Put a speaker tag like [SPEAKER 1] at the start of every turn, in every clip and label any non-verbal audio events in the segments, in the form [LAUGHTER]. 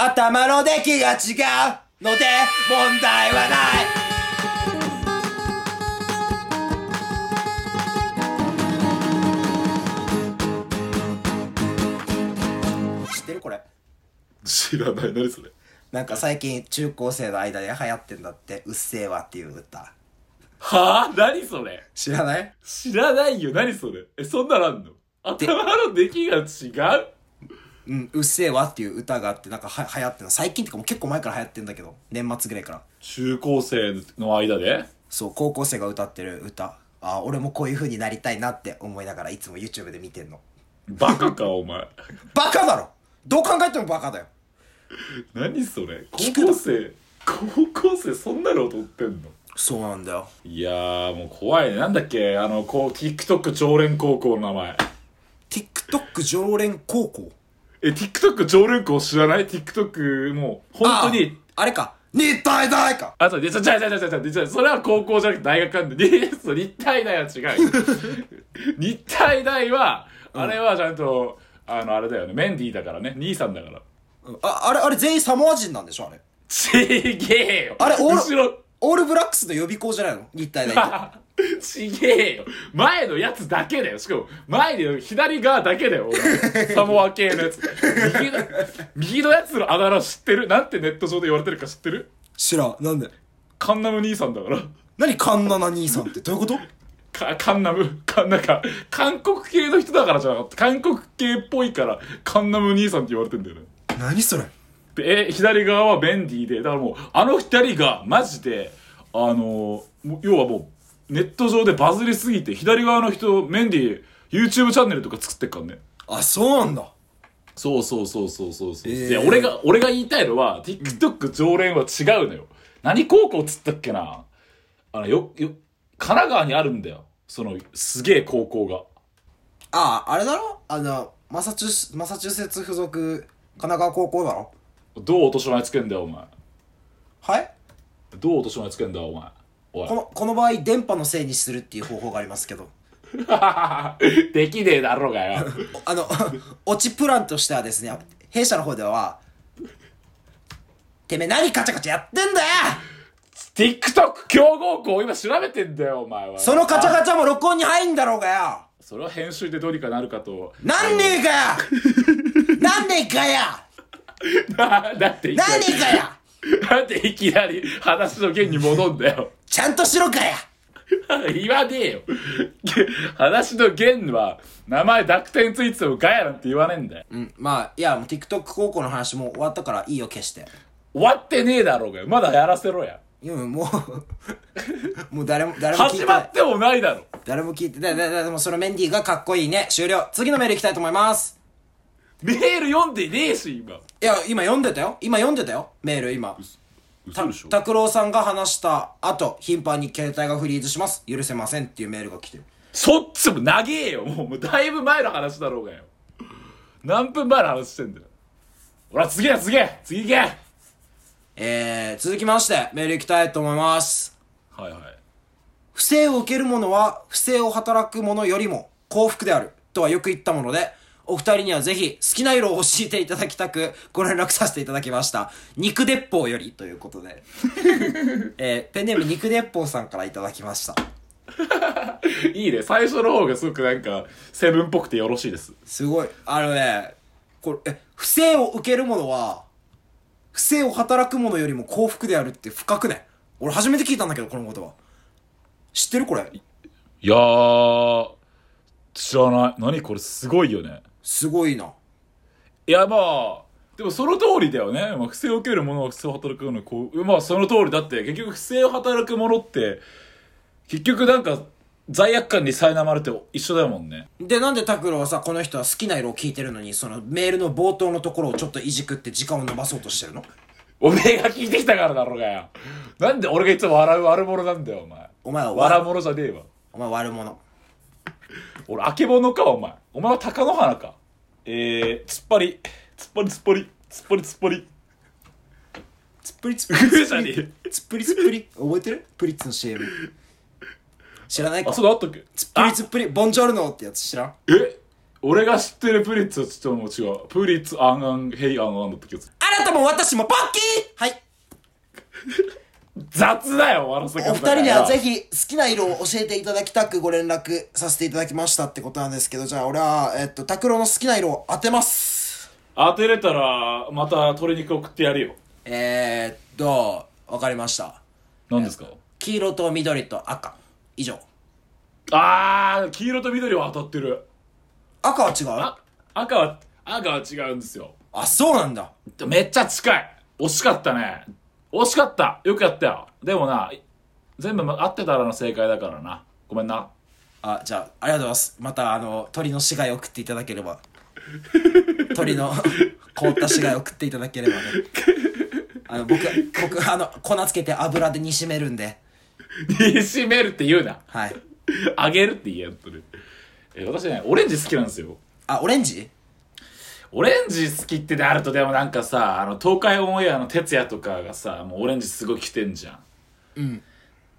[SPEAKER 1] 頭の出来が違うので問題はない知ってるこれ
[SPEAKER 2] 知らない何それ
[SPEAKER 1] なんか最近中高生の間で流行ってんだって「うっせぇわ」っていう歌
[SPEAKER 2] はあ何それ
[SPEAKER 1] 知らない
[SPEAKER 2] 知らないよ何それえそんなのあんの頭の出来が違う
[SPEAKER 1] うん、うっせぇわっていう歌があって、なんかは流行ってんの。最近ってかもう結構前から流行ってんだけど、年末ぐらいから。
[SPEAKER 2] 中高生の間で
[SPEAKER 1] そう、高校生が歌ってる歌。ああ、俺もこういう風になりたいなって思いながらいつも YouTube で見てんの。
[SPEAKER 2] バカかお前 [LAUGHS]
[SPEAKER 1] バカだろどう考えてもバカだよ。
[SPEAKER 2] 何それ
[SPEAKER 1] 聞くな
[SPEAKER 2] 高校生高校生そんなの踊ってんの
[SPEAKER 1] そうなんだよ。
[SPEAKER 2] いやーもう怖いねなんだっけあのこう TikTok 常連高校の名前
[SPEAKER 1] TikTok 常連高校。
[SPEAKER 2] え TikTok 常連校知らない ?TikTok もう本当に
[SPEAKER 1] ああれか。日体大か。
[SPEAKER 2] あとで、ちゃちゃちゃちゃちゃちゃちゃ、それは高校じゃなくて大学なんで、 [LAUGHS] にそう日体大は違うよ。日体大は、あれはちゃんと、あの、あれだよね、メンディーだからね、兄さんだから。
[SPEAKER 1] うんあ、あれ、あれ全員サモア人なんでしょあれ。
[SPEAKER 2] ちげえよ
[SPEAKER 1] あれオール
[SPEAKER 2] 後ろ、 [LAUGHS]
[SPEAKER 1] オールブラックスの予備校じゃないの日体 [LAUGHS] 大って。
[SPEAKER 2] ちげえよ前のやつだけだよしかも、前の左側だけだよ、俺サモア系のやつ。右の、右のやつのあだ名知ってるなんてネット上で言われてるか知ってる
[SPEAKER 1] 知らん。なんで
[SPEAKER 2] カンナム兄さんだから。
[SPEAKER 1] 何カンナナ兄さんってどういうこと
[SPEAKER 2] か、カンナム、か、なんか、韓国系の人だからじゃなかった。韓国系っぽいから、カンナム兄さんって言われてんだよね。
[SPEAKER 1] 何それ
[SPEAKER 2] で、え、左側はベンディーで、だからもう、あの二人が、マジで、あのもう要はもう、ネット上でバズりすぎて、左側の人、メンディー、YouTube チャンネルとか作ってっからね。
[SPEAKER 1] あ、そうなんだ。
[SPEAKER 2] そうそうそうそうそうそう。
[SPEAKER 1] えー
[SPEAKER 2] いや、俺が、俺が言いたいのは、TikTok 常連は違うのよ。何高校っつったっけなあの、よ、よ、神奈川にあるんだよ。その、すげえ高校が。
[SPEAKER 1] ああ、あれだろあの、マサチュース、マサチューセッツ附属神奈川高校だろ
[SPEAKER 2] どう落とし前つけんだよ、お前。
[SPEAKER 1] はい
[SPEAKER 2] どう落とし前つけんだよ、お前。お
[SPEAKER 1] この、この場合、電波のせいにするっていう方法がありますけど。
[SPEAKER 2] い。できねえだろうがよ。
[SPEAKER 1] おあの、オチプランとしてはですね、弊社の方では、てめえ何カチャカチャやってんだよ
[SPEAKER 2] TikTok 強豪校、今調べてんだよ、お前は。
[SPEAKER 1] そのカチャ
[SPEAKER 2] あ
[SPEAKER 1] カチャも録音に入んだろうがよ
[SPEAKER 2] それは編集でどうにかなるかと。
[SPEAKER 1] なんねえかよなんねえかよ
[SPEAKER 2] [LAUGHS] な、だっていき
[SPEAKER 1] なんねえかよ
[SPEAKER 2] だっていきなり話の弦に戻んだよ。 [LAUGHS]
[SPEAKER 1] ちゃんとしろかよ
[SPEAKER 2] 言わねえよ。げ話の弦は、名前濁点ついててもガヤなんて言わねえんだよ。
[SPEAKER 1] うん、まあ、いや、もう TikTok 高校の話もう終わったからいいよ、消して。
[SPEAKER 2] 終わってねえだろうがよ。まだやらせろや。
[SPEAKER 1] いや、もう、もう誰も、誰も聞い
[SPEAKER 2] 始
[SPEAKER 1] て
[SPEAKER 2] ま
[SPEAKER 1] な
[SPEAKER 2] っ
[SPEAKER 1] い。
[SPEAKER 2] てもないだろ。
[SPEAKER 1] 誰も聞いて、だ、だ、だ、でもそのメンディーがかっこいいね。終了。次のメールいきたいと思います。
[SPEAKER 2] メール読んでねえし、今。
[SPEAKER 1] いや、今読んでたよ。今読んでたよ。メール、今。
[SPEAKER 2] 嘘でしょ
[SPEAKER 1] 拓郎さんが話した後、頻繁に携帯がフリーズします。許せませんっていうメールが来てる。
[SPEAKER 2] そっちも長えよもうもうだいぶ前の話だろうがよ何分前の話してんだよほら次や次や次行けはい
[SPEAKER 1] えー、続きまして、メールいきたいと思います。
[SPEAKER 2] はい
[SPEAKER 1] 不正を受ける者は、不正を働く者よりも幸福である。とはよく言ったもので、お二人にはぜひ好きな色を教えていただきたく、ご連絡させていただきました。肉鉄砲よりということで。えー、ペンネーム肉鉄砲さんからいただきました。
[SPEAKER 2] いいね最初の方がすごくなんかセブンっぽくてよろしいです
[SPEAKER 1] すごい。あのね、これ、え、不正を受ける者は、不正を働く者よりも幸福であるって深くね。俺初めて聞いたんだけど、この言葉。知ってるこれ。
[SPEAKER 2] いやー知らない何これすごいよね
[SPEAKER 1] すごいな。
[SPEAKER 2] いやまあでもその通りだよね、まあ、不正を受ける者は不正を働くのこうまあその通りだって結局不正を働く者って結局なんか罪悪感に苛まれて一緒だもんね
[SPEAKER 1] で、なんで拓郎はさ、この人は好きな色を聞いてるのに、そのメールの冒頭のところをちょっといじくって時間を延ばそうとしてるの
[SPEAKER 2] おめえが聞いてきたからだろうがよ。なんで俺がいつも笑う悪者なんだよ、お前。
[SPEAKER 1] お前は
[SPEAKER 2] 笑う
[SPEAKER 1] 悪、
[SPEAKER 2] 者じゃねえわ。
[SPEAKER 1] お前は悪者。
[SPEAKER 2] 俺、あけぼのか、お前。お前は貴乃花か。えー、突っ張り。突っ張り突っ張り。突っ張り突っ張り。 [LAUGHS]
[SPEAKER 1] つっぷりつっ
[SPEAKER 2] うーじゃねえよ。
[SPEAKER 1] つっぷりつっぷり。覚えてるプリッツの CM。知らない
[SPEAKER 2] あ、
[SPEAKER 1] か
[SPEAKER 2] そうだあったっけ
[SPEAKER 1] つっぷりつっぷり、ボンジョルノってやつ知らん
[SPEAKER 2] え俺が知ってるプリッツはちょっともう違う。プリッツアンアンヘイアンアンだったっけ
[SPEAKER 1] あれあなたも私もパッキーはい。
[SPEAKER 2] 雑だよ、終わらせ方が
[SPEAKER 1] お二人にはぜひ好きな色を教えていただきたくご連絡させていただきましたってことなんですけど、じゃあ俺は、えっと、拓郎の好きな色を当てます。
[SPEAKER 2] 当てれたら、また鶏肉送ってやるよ。
[SPEAKER 1] えー、っと、わかりました。
[SPEAKER 2] 何ですか
[SPEAKER 1] 黄色と緑と赤。以上。
[SPEAKER 2] あー、黄色と緑は当たってる。
[SPEAKER 1] 赤は違うあ
[SPEAKER 2] あ、赤は、赤は違うんですよ。
[SPEAKER 1] そうなんだ。
[SPEAKER 2] めっちゃ近い惜しかったね惜しかったよくやったよでもな全部合ってたらの正解だからなごめんな [LAUGHS]
[SPEAKER 1] あ、じゃあ、ありがとうございます。また、あの、鳥の死骸送っていただけれ [LAUGHS] ば。鳥の [LAUGHS] 凍った死骸送っていただければね。あの、僕、僕、あの、粉つけて油で煮しめるんで。
[SPEAKER 2] 煮しめるって言うな
[SPEAKER 1] はい。
[SPEAKER 2] あげるって言えやっとるえ私ねオレンジ好きなんですよ
[SPEAKER 1] あ、オレンジ
[SPEAKER 2] オレンジ好きってなるとでもなんかさあの東海オンエアの哲也とかがさもうオレンジすごい着てんじゃん
[SPEAKER 1] うん。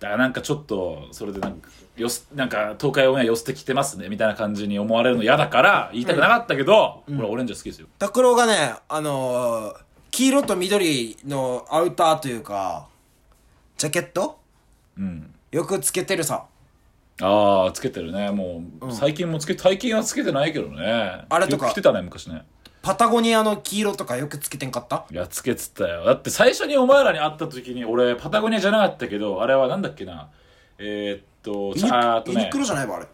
[SPEAKER 2] だからなんかちょっとそれでなんかよすなんか東海オンエア寄せてきてますねみたいな感じに思われるの嫌だから言いたくなかったけど、俺オレンジ好きですよ
[SPEAKER 1] 拓郎がね、あのー黄色と緑のアウターというか、ジャケット
[SPEAKER 2] うん
[SPEAKER 1] よくつけてるさ。
[SPEAKER 2] ああつけてるねもう、最近もつけ最近はつけてないけどね
[SPEAKER 1] あれとか
[SPEAKER 2] よく着てたね昔ね
[SPEAKER 1] パタゴニアの黄色とかよくつけてんかった
[SPEAKER 2] いやつけてたよだって最初にお前らに会った時に俺パタゴニアじゃなかったけどあれはなんだっけなえー、っと
[SPEAKER 1] ユ
[SPEAKER 2] ち
[SPEAKER 1] ニ
[SPEAKER 2] ゃあと
[SPEAKER 1] ユニ
[SPEAKER 2] ね
[SPEAKER 1] クロじゃないわ、あれ。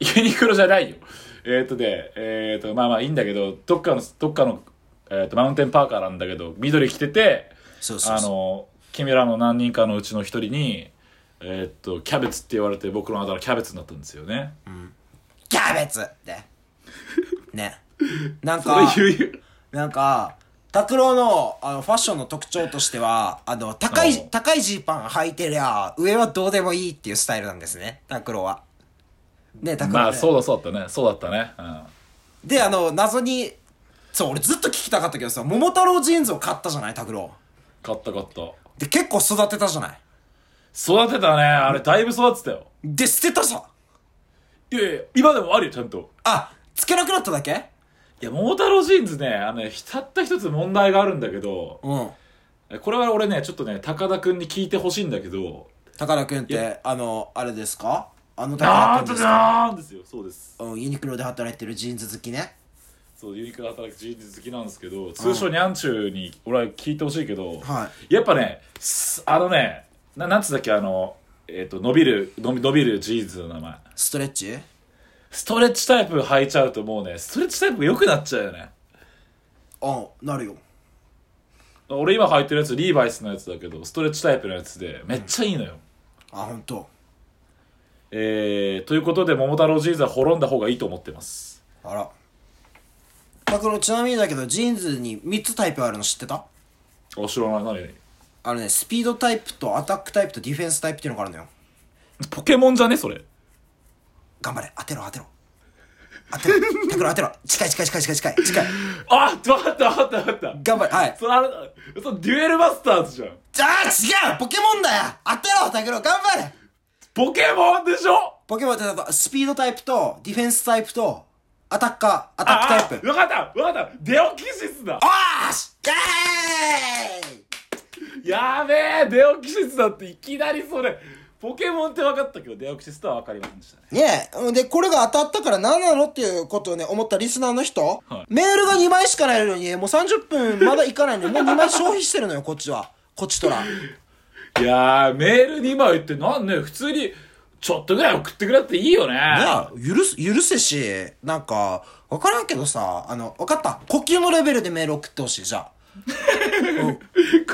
[SPEAKER 2] ユニクロじゃないよえー、っとねえー、っとまあまあいいんだけどどっかのどっかの、えーっとマウンテンパーカーなんだけど緑着てて
[SPEAKER 1] そうそう
[SPEAKER 2] あ
[SPEAKER 1] そう。
[SPEAKER 2] の君らの何人かのうちの一人にえー、っとキャベツって言われて僕のあだ名キャベツになったんですよね、
[SPEAKER 1] キャベツって。ね。なん
[SPEAKER 2] それ
[SPEAKER 1] か、
[SPEAKER 2] 言う言う
[SPEAKER 1] なんか、拓郎のあのファッションの特徴としては、あの、高
[SPEAKER 2] う
[SPEAKER 1] い、
[SPEAKER 2] ん
[SPEAKER 1] 高いジーパン履いてりゃ、上はどうでもいいっていうスタイルなんですね、拓郎は。ね、拓郎、ね。
[SPEAKER 2] [LAUGHS] まあそうだそうだったねそうだったねうん
[SPEAKER 1] であの謎にそう俺ずっと聞きたかったけどさ桃太郎ジーンズを買ったじゃない拓郎
[SPEAKER 2] 買った買った
[SPEAKER 1] で結構育てたじゃない
[SPEAKER 2] 育てたねあれだいぶ育てたよ
[SPEAKER 1] で捨てたさ
[SPEAKER 2] いやいや今でもあるよちゃんと
[SPEAKER 1] あつけなくなっただけ
[SPEAKER 2] いや桃太郎ジーンズねあのねたった一つ問題があるんだけど
[SPEAKER 1] うん
[SPEAKER 2] これは俺ねちょっとね高田君に聞いてほしいんだけど
[SPEAKER 1] 高田君ってあのあれですかあの高
[SPEAKER 2] な
[SPEAKER 1] 田
[SPEAKER 2] ん
[SPEAKER 1] 君
[SPEAKER 2] と
[SPEAKER 1] ですか
[SPEAKER 2] なんですよそうです
[SPEAKER 1] うん、ユニクロで働いてるジーンズ好きね
[SPEAKER 2] そうユニクロで働くジーンズ好きなんですけど通称にゃんちゅうに俺は聞いてほしいけど、
[SPEAKER 1] は
[SPEAKER 2] やっぱねすあのねななんつうんだっけあのえっ、と伸びる伸び伸びるジーンズの名前
[SPEAKER 1] ストレッチ
[SPEAKER 2] ストレッチタイプ履いちゃうともうねストレッチタイプが良くなっちゃうよね
[SPEAKER 1] あなるよ
[SPEAKER 2] 俺今履いてるやつリーバイスのやつだけどストレッチタイプのやつでめっちゃいいのよ、
[SPEAKER 1] あ本当。
[SPEAKER 2] えー、ということで桃太郎ジーンズは滅んだ方がいいと思ってます
[SPEAKER 1] あら拓郎ちなみにだけどジーンズに3つタイプあるの知ってた
[SPEAKER 2] お城の何
[SPEAKER 1] あのねスピードタイプとアタックタイプとディフェンスタイプっていうのがあるのよ
[SPEAKER 2] ポケモンじゃねそれ
[SPEAKER 1] 頑張れ当てろ当てろ当てろタクロ当てろ近い近い近い近い近い近い
[SPEAKER 2] あわかったわかったわかった
[SPEAKER 1] 頑張れはい
[SPEAKER 2] それあれそれデュエルマスターズじゃん
[SPEAKER 1] じゃあ違うポケモンだよ当てろタクロ頑張れ
[SPEAKER 2] ポケモンでしょ
[SPEAKER 1] ポケモンってとスピードタイプとディフェンスタイプとアタッカーアタックタイプ
[SPEAKER 2] わかったわかったデオキシスだ
[SPEAKER 1] おーしイェーイ
[SPEAKER 2] やべえデオキシスだっていきなりそれポケモンって分かったけどデオキシスとは分かりませんでしたね
[SPEAKER 1] ねえ、で、これが当たったから何なのっていうことをね、思ったリスナーの人、
[SPEAKER 2] はい
[SPEAKER 1] メールが2枚しかないのに、もう30分まだいかないのに、もう2枚消費してるのよ、こっちは。こっちとら。
[SPEAKER 2] いやー、メール2枚ってなんね、普通に、ちょっとぐらい送ってくれっていいよね。
[SPEAKER 1] ね、許す、許せし、なんか、わからんけどさ、あの、わかった。呼吸のレベルでメール送ってほしい、じゃあ。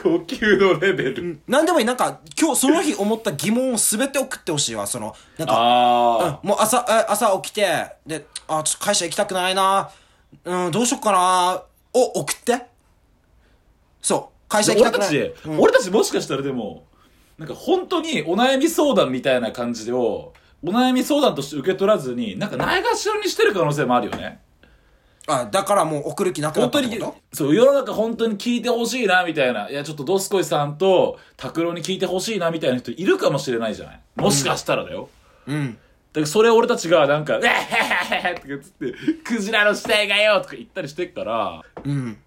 [SPEAKER 2] 呼吸のレベル。
[SPEAKER 1] なんでもいい、なんか、今日その日思った疑問を全て送ってほしいわ、その、なんか、
[SPEAKER 2] あ
[SPEAKER 1] もう朝、え朝起きて、で、あ、ちょっと会社行きたくないな、うん、どうしよっかな、を送って。そう、会社
[SPEAKER 2] ー。
[SPEAKER 1] 行き
[SPEAKER 2] 俺
[SPEAKER 1] たく
[SPEAKER 2] た
[SPEAKER 1] ない。
[SPEAKER 2] ち、俺たちもしかしたらでも、なんか本当にお悩み相談みたいな感じを、お悩み相談として受け取らずに、なんかないがしろにしてる可能性もあるよね。
[SPEAKER 1] あ、だからもう送る気なくな
[SPEAKER 2] 本
[SPEAKER 1] った
[SPEAKER 2] 当
[SPEAKER 1] ってこ
[SPEAKER 2] に
[SPEAKER 1] と、
[SPEAKER 2] そう、世の中本当に聞いてほしいな、みたいな。いや、ちょっとドスコイさんと、拓郎に聞いてほしいな、みたいな人いるかもしれないじゃない。もしかしたらだよ。
[SPEAKER 1] うん。
[SPEAKER 2] だからそれを俺たちがなんか「えへへへへ」とかつって「クジラの死体がよ」とか言ったりしてっから
[SPEAKER 1] うん。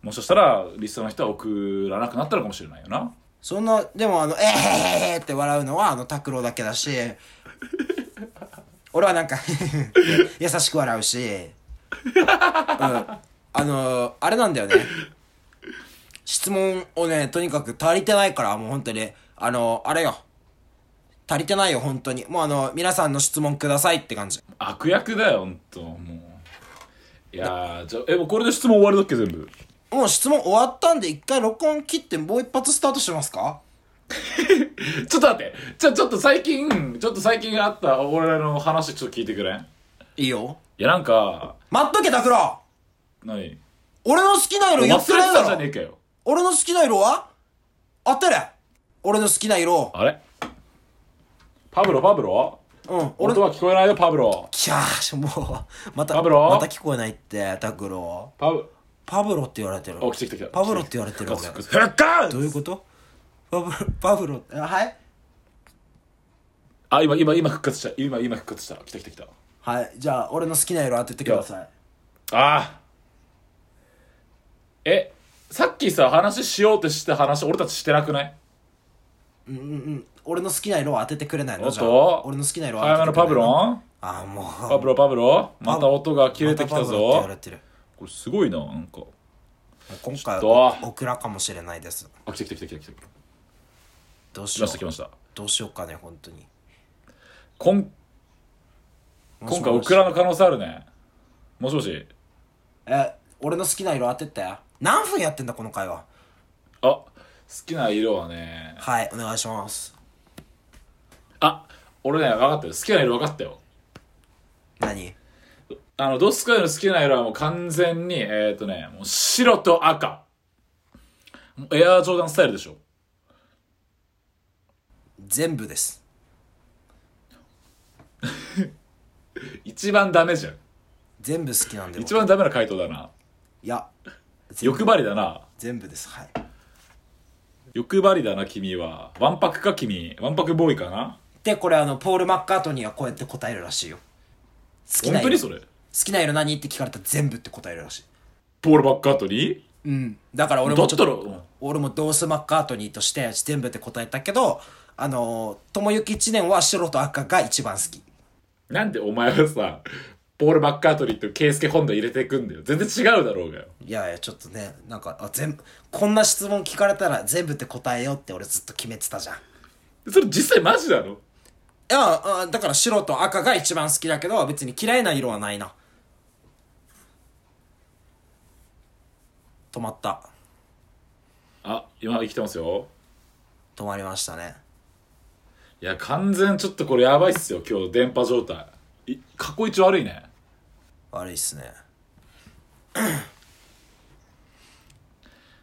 [SPEAKER 2] もしかしたらリストの人は送らなくなったのかもしれないよな
[SPEAKER 1] そんな、でもあの、えへへへって笑うのはあの拓郎だけだし、俺はなんか、 [LAUGHS] 優しく笑うし、うん、あの、あれなんだよね。質問をね、とにかく足りてないから、もう本当に、あの、あれよ。足りてないよ、本当に。もうあの、皆さんの質問くださいって感じ。
[SPEAKER 2] 悪役だよほんともういやーじゃあえもうこれで質問終わりだっけ全部
[SPEAKER 1] もう質問終わったんで、一回録音切ってもう一発スタートしますか
[SPEAKER 2] ちょっと待ってちょちょっと最近ちょっと最近あった俺らの話ちょっと聞いてくれんい
[SPEAKER 1] いいよ。
[SPEAKER 2] やなんか
[SPEAKER 1] 待っとけ、拓郎
[SPEAKER 2] 何
[SPEAKER 1] 俺の好きな色
[SPEAKER 2] 忘れ
[SPEAKER 1] 言
[SPEAKER 2] て
[SPEAKER 1] ってないだ
[SPEAKER 2] たじゃ
[SPEAKER 1] ろ
[SPEAKER 2] ねえかよ
[SPEAKER 1] 俺の好きな色はあったれ俺の好きな色
[SPEAKER 2] あれパブロパブロ
[SPEAKER 1] うん俺
[SPEAKER 2] 音は聞こえないよパブロ
[SPEAKER 1] キャーもうまた
[SPEAKER 2] パブロ
[SPEAKER 1] また聞こえないってタクロ
[SPEAKER 2] パブ
[SPEAKER 1] パブロって言われてる
[SPEAKER 2] お来てきた来た
[SPEAKER 1] パブロって言われてる
[SPEAKER 2] ガ
[SPEAKER 1] 俺
[SPEAKER 2] ツ
[SPEAKER 1] ど
[SPEAKER 2] ガツガツガツ
[SPEAKER 1] ういうことパブロパブロってあはい
[SPEAKER 2] あ今今今復活した今今復活した来た来た来た
[SPEAKER 1] はいじゃあ俺の好きな色当ててください
[SPEAKER 2] ああえさっきさ話しようってした話俺たちしてなくない
[SPEAKER 1] 俺の好きな色を当ててくれないの
[SPEAKER 2] おっ
[SPEAKER 1] じゃあ
[SPEAKER 2] と
[SPEAKER 1] 俺の好きな色を当て
[SPEAKER 2] 早
[SPEAKER 1] てくれない
[SPEAKER 2] めのパブロン
[SPEAKER 1] あもう
[SPEAKER 2] パブロパブロまた音が切れ
[SPEAKER 1] ま
[SPEAKER 2] てき
[SPEAKER 1] パ
[SPEAKER 2] た
[SPEAKER 1] ブロって言わ
[SPEAKER 2] ぞ
[SPEAKER 1] れてる
[SPEAKER 2] これすごいななんか
[SPEAKER 1] もう今回
[SPEAKER 2] ちょっと
[SPEAKER 1] オクラかもしれないです
[SPEAKER 2] あ来た来た来た来た来た来
[SPEAKER 1] どうしよ
[SPEAKER 2] ました来
[SPEAKER 1] う
[SPEAKER 2] ました
[SPEAKER 1] どうしようかね本当に
[SPEAKER 2] こん今回オクラの可能性あるねもしもし
[SPEAKER 1] え俺の好きな色当てったよ何分やってんだこの会話
[SPEAKER 2] あ好きな色はね
[SPEAKER 1] はいお願いします
[SPEAKER 2] あ俺ね分かったよ好きな色分かったよ
[SPEAKER 1] 何
[SPEAKER 2] あのドスカイの好きな色はもう完全にえっ、ー、とねもう白と赤もうエアージョーダンスタイルでしょ
[SPEAKER 1] 全部です
[SPEAKER 2] 一番ダメじゃん
[SPEAKER 1] 全部好きなんで
[SPEAKER 2] 一番ダメな回答だない
[SPEAKER 1] や全部
[SPEAKER 2] 欲張りだな
[SPEAKER 1] 全部ですはいっ
[SPEAKER 2] 欲張りだな君はわんぱくか君わんぱくボーイかな
[SPEAKER 1] てこれあのポール・マッカートニーはこうやって答えるらしいよ好きな
[SPEAKER 2] 本当
[SPEAKER 1] 色
[SPEAKER 2] に
[SPEAKER 1] 好
[SPEAKER 2] それ
[SPEAKER 1] きな色何って聞かれたら全部って答えるらしい
[SPEAKER 2] ポール・バックアートに
[SPEAKER 1] うんだから俺
[SPEAKER 2] だ
[SPEAKER 1] も
[SPEAKER 2] っ
[SPEAKER 1] ちょった
[SPEAKER 2] ら
[SPEAKER 1] と俺もドース・マッカートニーとして全部って答えたけどあの友幸知念は白と赤が一番好き
[SPEAKER 2] なんでお前はさポール・バックアートにとケイスケ・ホンダ入れていくんだよ全然違うだろうがよ
[SPEAKER 1] いやいやちょっとねなんかあ全部こんな質問聞かれたら全部って答えようって俺ずっと決めてたじゃんい
[SPEAKER 2] それ実際マジなの
[SPEAKER 1] やあだから白と赤が一番好きだけど別に嫌いな色はないな止まった
[SPEAKER 2] あ今生きてますよ
[SPEAKER 1] 止まりましたね
[SPEAKER 2] いや完全ちょっとこれやばいっすよ今日電波状態い過去一悪いね
[SPEAKER 1] 悪いっすね [COUGHS]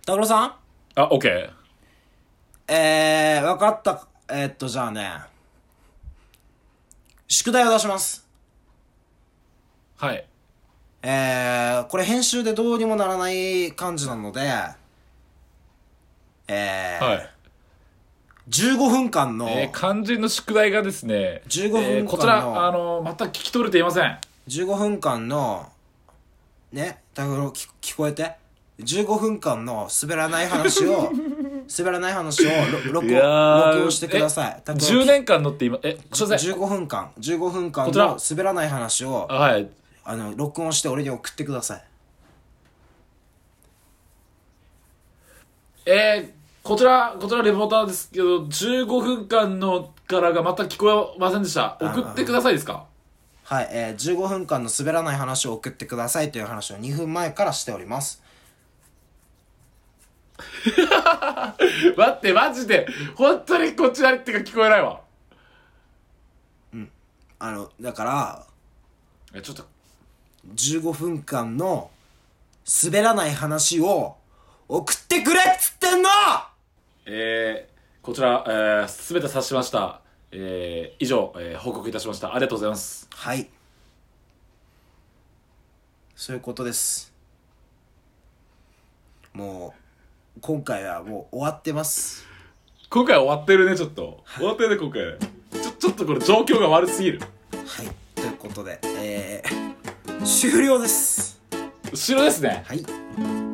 [SPEAKER 1] 拓郎さん
[SPEAKER 2] あオッケー
[SPEAKER 1] えー、分かったえーっとじゃあね宿題を出します
[SPEAKER 2] はい
[SPEAKER 1] えー、これ編集でどうにもならない感じなので、えー
[SPEAKER 2] はい
[SPEAKER 1] 15分間の、
[SPEAKER 2] えー肝心の宿題がですね
[SPEAKER 1] 15分間の
[SPEAKER 2] えーこちらあのまた聞き取れていません
[SPEAKER 1] 15分間の、ね、タグロ聞聞こえて、15分間の滑らない話を、滑らない話をろ録
[SPEAKER 2] いや
[SPEAKER 1] 音
[SPEAKER 2] ー
[SPEAKER 1] 録音してください。拓郎
[SPEAKER 2] 10年間のって今えすいません
[SPEAKER 1] 15分間、15分間
[SPEAKER 2] こちら
[SPEAKER 1] の滑らない話を、
[SPEAKER 2] あはい
[SPEAKER 1] あの、録音して俺に送ってください。
[SPEAKER 2] えー、こちら、こちらレポーターですけど、15分間のからがまた聞こえませんでした。送ってくださいですか [LAUGHS]
[SPEAKER 1] はい、えー、15分間の滑らない話を送ってくださいという話を2分前からしております。
[SPEAKER 2] 待って、マジで、本当にこちらってか聞こえないわ。
[SPEAKER 1] あの、だから、
[SPEAKER 2] え、ちょっと、
[SPEAKER 1] 15分間の滑らない話を送ってくれっつってんの
[SPEAKER 2] えー、こちら、えー、すべて察しました。えー、以上、えー、報告いたしました。ありがとうございます。
[SPEAKER 1] はい。そういうことです。もう、今回はもう終わってます。
[SPEAKER 2] 今回終わってるね、ちょっと。終わってるね、今回。ちょ、ちょっとこれ状況が悪すぎる。
[SPEAKER 1] はい。ということで、えー、終了です。
[SPEAKER 2] 後ろですね。
[SPEAKER 1] はい。